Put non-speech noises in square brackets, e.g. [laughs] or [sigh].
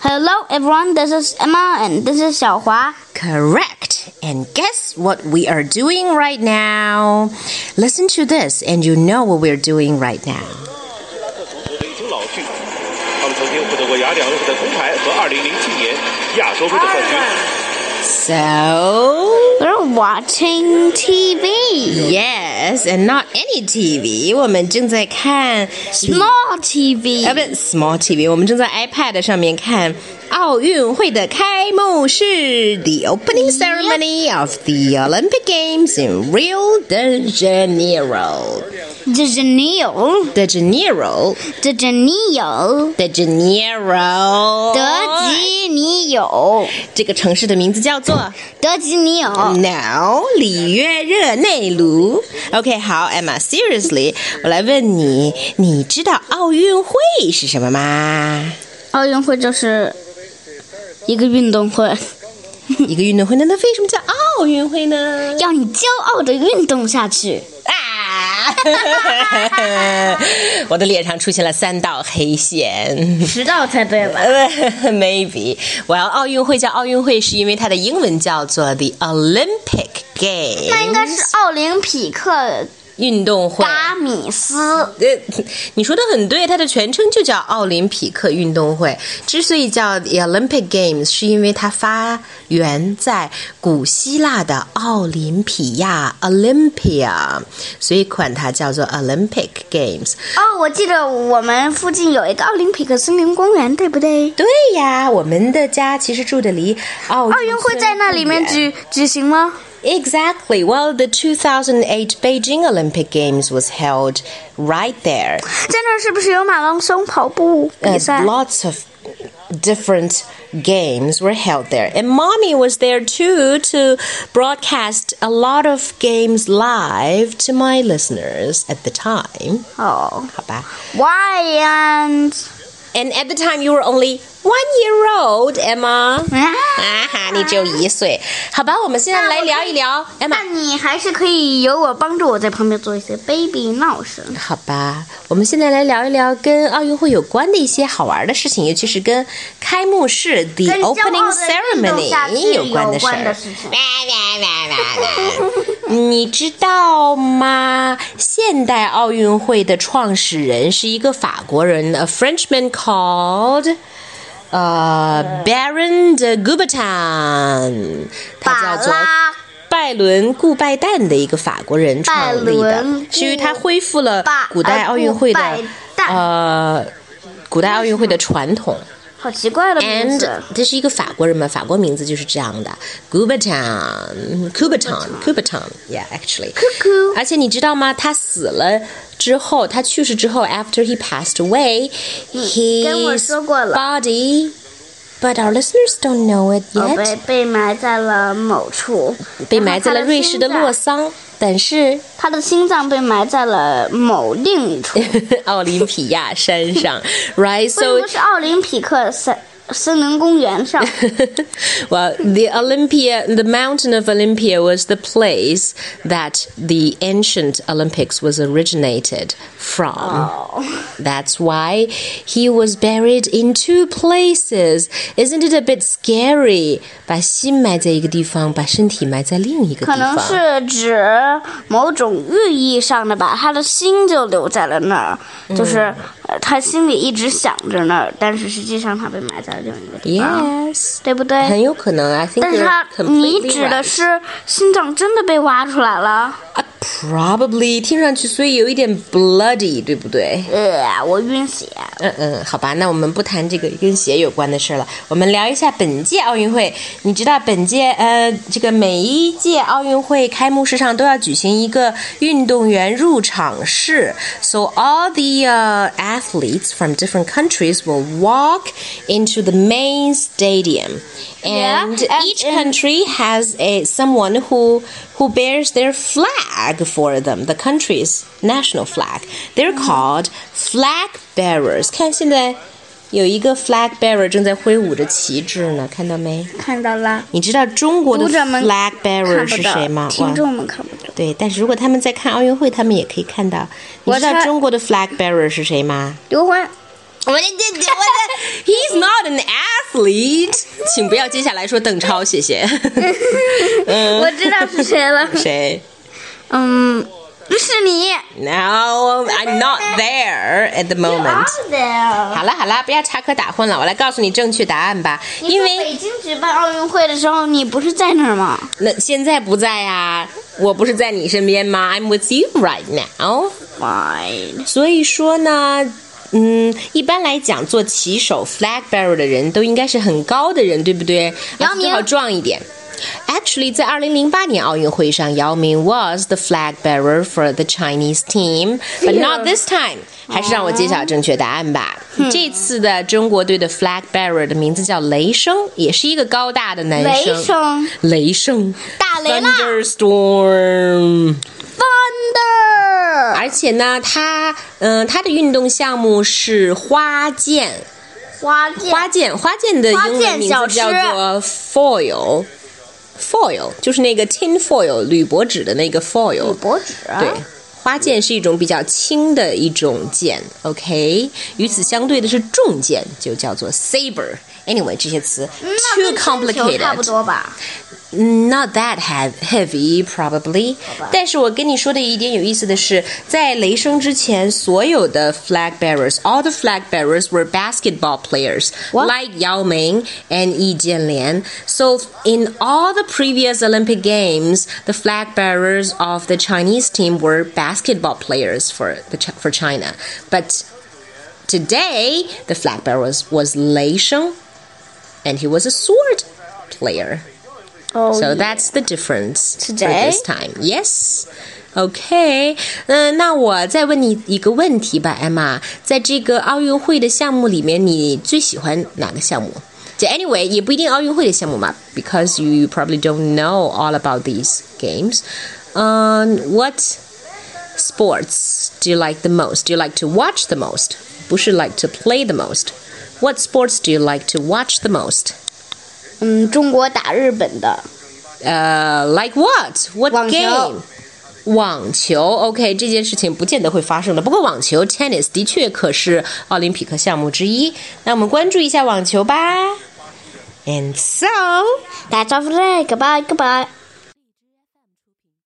Hello, everyone. This is Emma, and this is 小华。 Correct. And guess what we are doing right now? Listen to this, and you know what we're doing right now. 北京老去。他们曾经获得过雅典奥运会的铜牌和2007年亚洲杯的冠军。 So, We're watching TV, yes, and not any TV. 我们正在看 small TV. 啊，不 small TV，我们正在 iPad 上面看奥运会的开幕式，The opening ceremony of the Olympic Games in Rio de Janeiro. De Janeiro, De Janeiro, De Janeiro, De Janeiro，德吉尼有，这个城市的名字叫做哦德吉尼有。 No 里约热内卢。OK，好，Emma，seriously，我来问你，你知道奥运会是什么 [laughs] 吗？奥运会就是一个运动会，一个运动会，那它为什么叫奥运会呢？要你骄傲的运动下去。啊！ [laughs] 我的脸上出现了三道黑线。 [laughs] 迟到才对吧？ Maybe，我要奥运会叫奥运会，是因为它的英文叫做 the Olympic 那应 Game，该是奥林匹克运动会。达米斯。呃， [laughs] 你说的很对，它的全称就叫奥林匹克运动会。之所以叫 the Olympic Games，是因为它发源在古希腊的奥林匹亚 （Olympia），所以管它叫做 Olympic Games。哦，我记得我们附近有一个奥林匹克森林公园，对不对？对呀，我们的家其实住的离奥奥运会村在那里面不远举举行吗？ Exactly. Well, the 2008 Beijing Olympic Games was held right there. 在那儿是不是有马拉松跑步 Uh, 比赛？ lots of different games were held there. And mommy was there too to broadcast a lot of games live to my listeners at the time. 哦好吧. ，Why and And at the time, you were only one year old, Emma. 啊？Ah, 啊哈，你只有一岁。好吧，我们现在来聊一聊 Emma 那你还是可以由我帮助我在旁边做一些 baby 闹声。好吧，我们现在来聊一聊跟奥运会有关的一些好玩的事情，尤其是跟开幕式 the 跟骄傲的 opening 运动下去 ceremony 有关的有事关的儿事。情哇哇哇哇哇你知道吗？现代奥运会的创始人是一个法国人，a Frenchman called。呃、b a r o n de Coubertin，他叫做巴拉拜伦·顾拜旦的一个法国人创立拜的伦，是因为他恢复了巴古代奥运会的呃顾拜旦呃古代奥运会的传统。好奇怪的名 And 字。这是一个法国人嘛，法国名字就是这样的 g u b e t o n c u b e t o n c u b e t o n y e a h actually。 Cuckoo 而且你知道吗？他死了之后，他去世之后，after he passed away，his 嗯跟我说过了 body，but our listeners don't know it 我 yet，哦被被埋在了某处，被埋在了瑞士的洛斯。桑，但是他的心脏被埋在了某另一 [laughs] 处。奥林匹亚山上，right？So [laughs] 为什么是奥林匹克森森林公园 [laughs] 上？ well, the Olympia, the mountain of Olympia was the place that the ancient Olympics was originated from. Ah. 哦 That's why he was buried in two places. Isn't it a bit scary? 把心埋在一个地方，把身体埋在另一个地可方。能是指某种寓意上的吧，他的心就留在了那儿，嗯就是、呃他心里一直想着那儿，但是实际上他被埋在了另一个地方 Yes，对不对？很有可能。I think 但是 you're 他，你 completely 指 right. 的是心脏真的被挖出来了？啊，probably 听上去所以有一点 bloody，对不对？呃，我晕血。嗯嗯，好吧，那我们不谈这个跟鞋有关的事了，我们聊一下本届奥运会。你知道本届呃，这个每一届奥运会开幕式上都要举行一个运动员入场式，so all the、uh, athletes from different countries will walk into the main stadium. And Yeah, and- each country has a someone who who bears their flag for them, the country's national flag. They're called flag bearers. 看现在有一个 flag bearer 正在挥舞着旗帜呢，看到没？你知道中国的看到啦，读者们看 flag bearer 不到，听是谁吗？哇，众们看不到。我猜-对，但是如果他们在看奥运会，他们也可以看到。你知道中国的 flag bearer 是谁吗？刘欢， He's not an athlete，请不要接下来说邓超，谢谢。 [laughs] 我知道是谁了，谁嗯，是你。 ？No, I'm not there at the moment. 好了好了，不要插科打诨了，我来告诉你正确答案吧。你因说为北京举办奥运会的时候，你不是在那儿吗？那现在不在呀、我不是在你身边吗？I'm with you right now。哎 Fine，所以说呢，嗯，一般来讲，做旗手 flag bearer 的人都应该是很高的人，对不对？姚明最好壮一点。Actually，在2008年奥运会上，姚明 was the flag bearer for the Chinese team，but not this time。还是让我揭晓正确答案吧。哦这次的中国队的 flag bearer 的名字叫雷声，也是一个高大的男雷生。声雷声，打雷啊啦 Thunderstorm。 ，Thunder， [laughs] 而且呢，他嗯、呃他的运动项目是花剑，花剑，花剑，花剑的英文名花字剑小叫吃做 foil。foil 就是那个 tin foil 铝箔纸的那个 foil，脖子，对，花剑是一种比较轻的一种剑，OK。与此相对的是重剑，就叫做 saber。Anyway，这些词嗯那 too 跟铅球 complicated，差不多吧？ Not that heav- heavy, probably. 但是我跟你说的一点有意思的是，在雷声之前，所有的 flag bearers, all the flag bearers were basketball players, What? like Yao Ming and Yi Jianlian. So in all the previous Olympic games, the flag bearers of the Chinese team were basketball players for the Chi- for China. But today, the flag bearer was, was Lei Sheng, and he was a sword player. 哦 So that's the difference Oh, Today? for this time. Yes. OK，嗯、那我再问你一个问题吧，Emma，在这个奥运会的项目里面，你最喜欢哪个项目？就 anyway，也不一定奥运会的项目嘛，because you probably don't know all about these games. 嗯、what sports do you like the most? Do you like to watch the most? 不是 like to play the most. What sports do you like to watch the most? 嗯，中国打日本的，呃，like what? What 网球 game? 网球，OK，这件事情不见得会发生的。不过网球 （tennis） 的确可是奥林匹克项目之一。那我们关注一下网球吧。And so. 哎打招呼嘞，goodbye goodbye。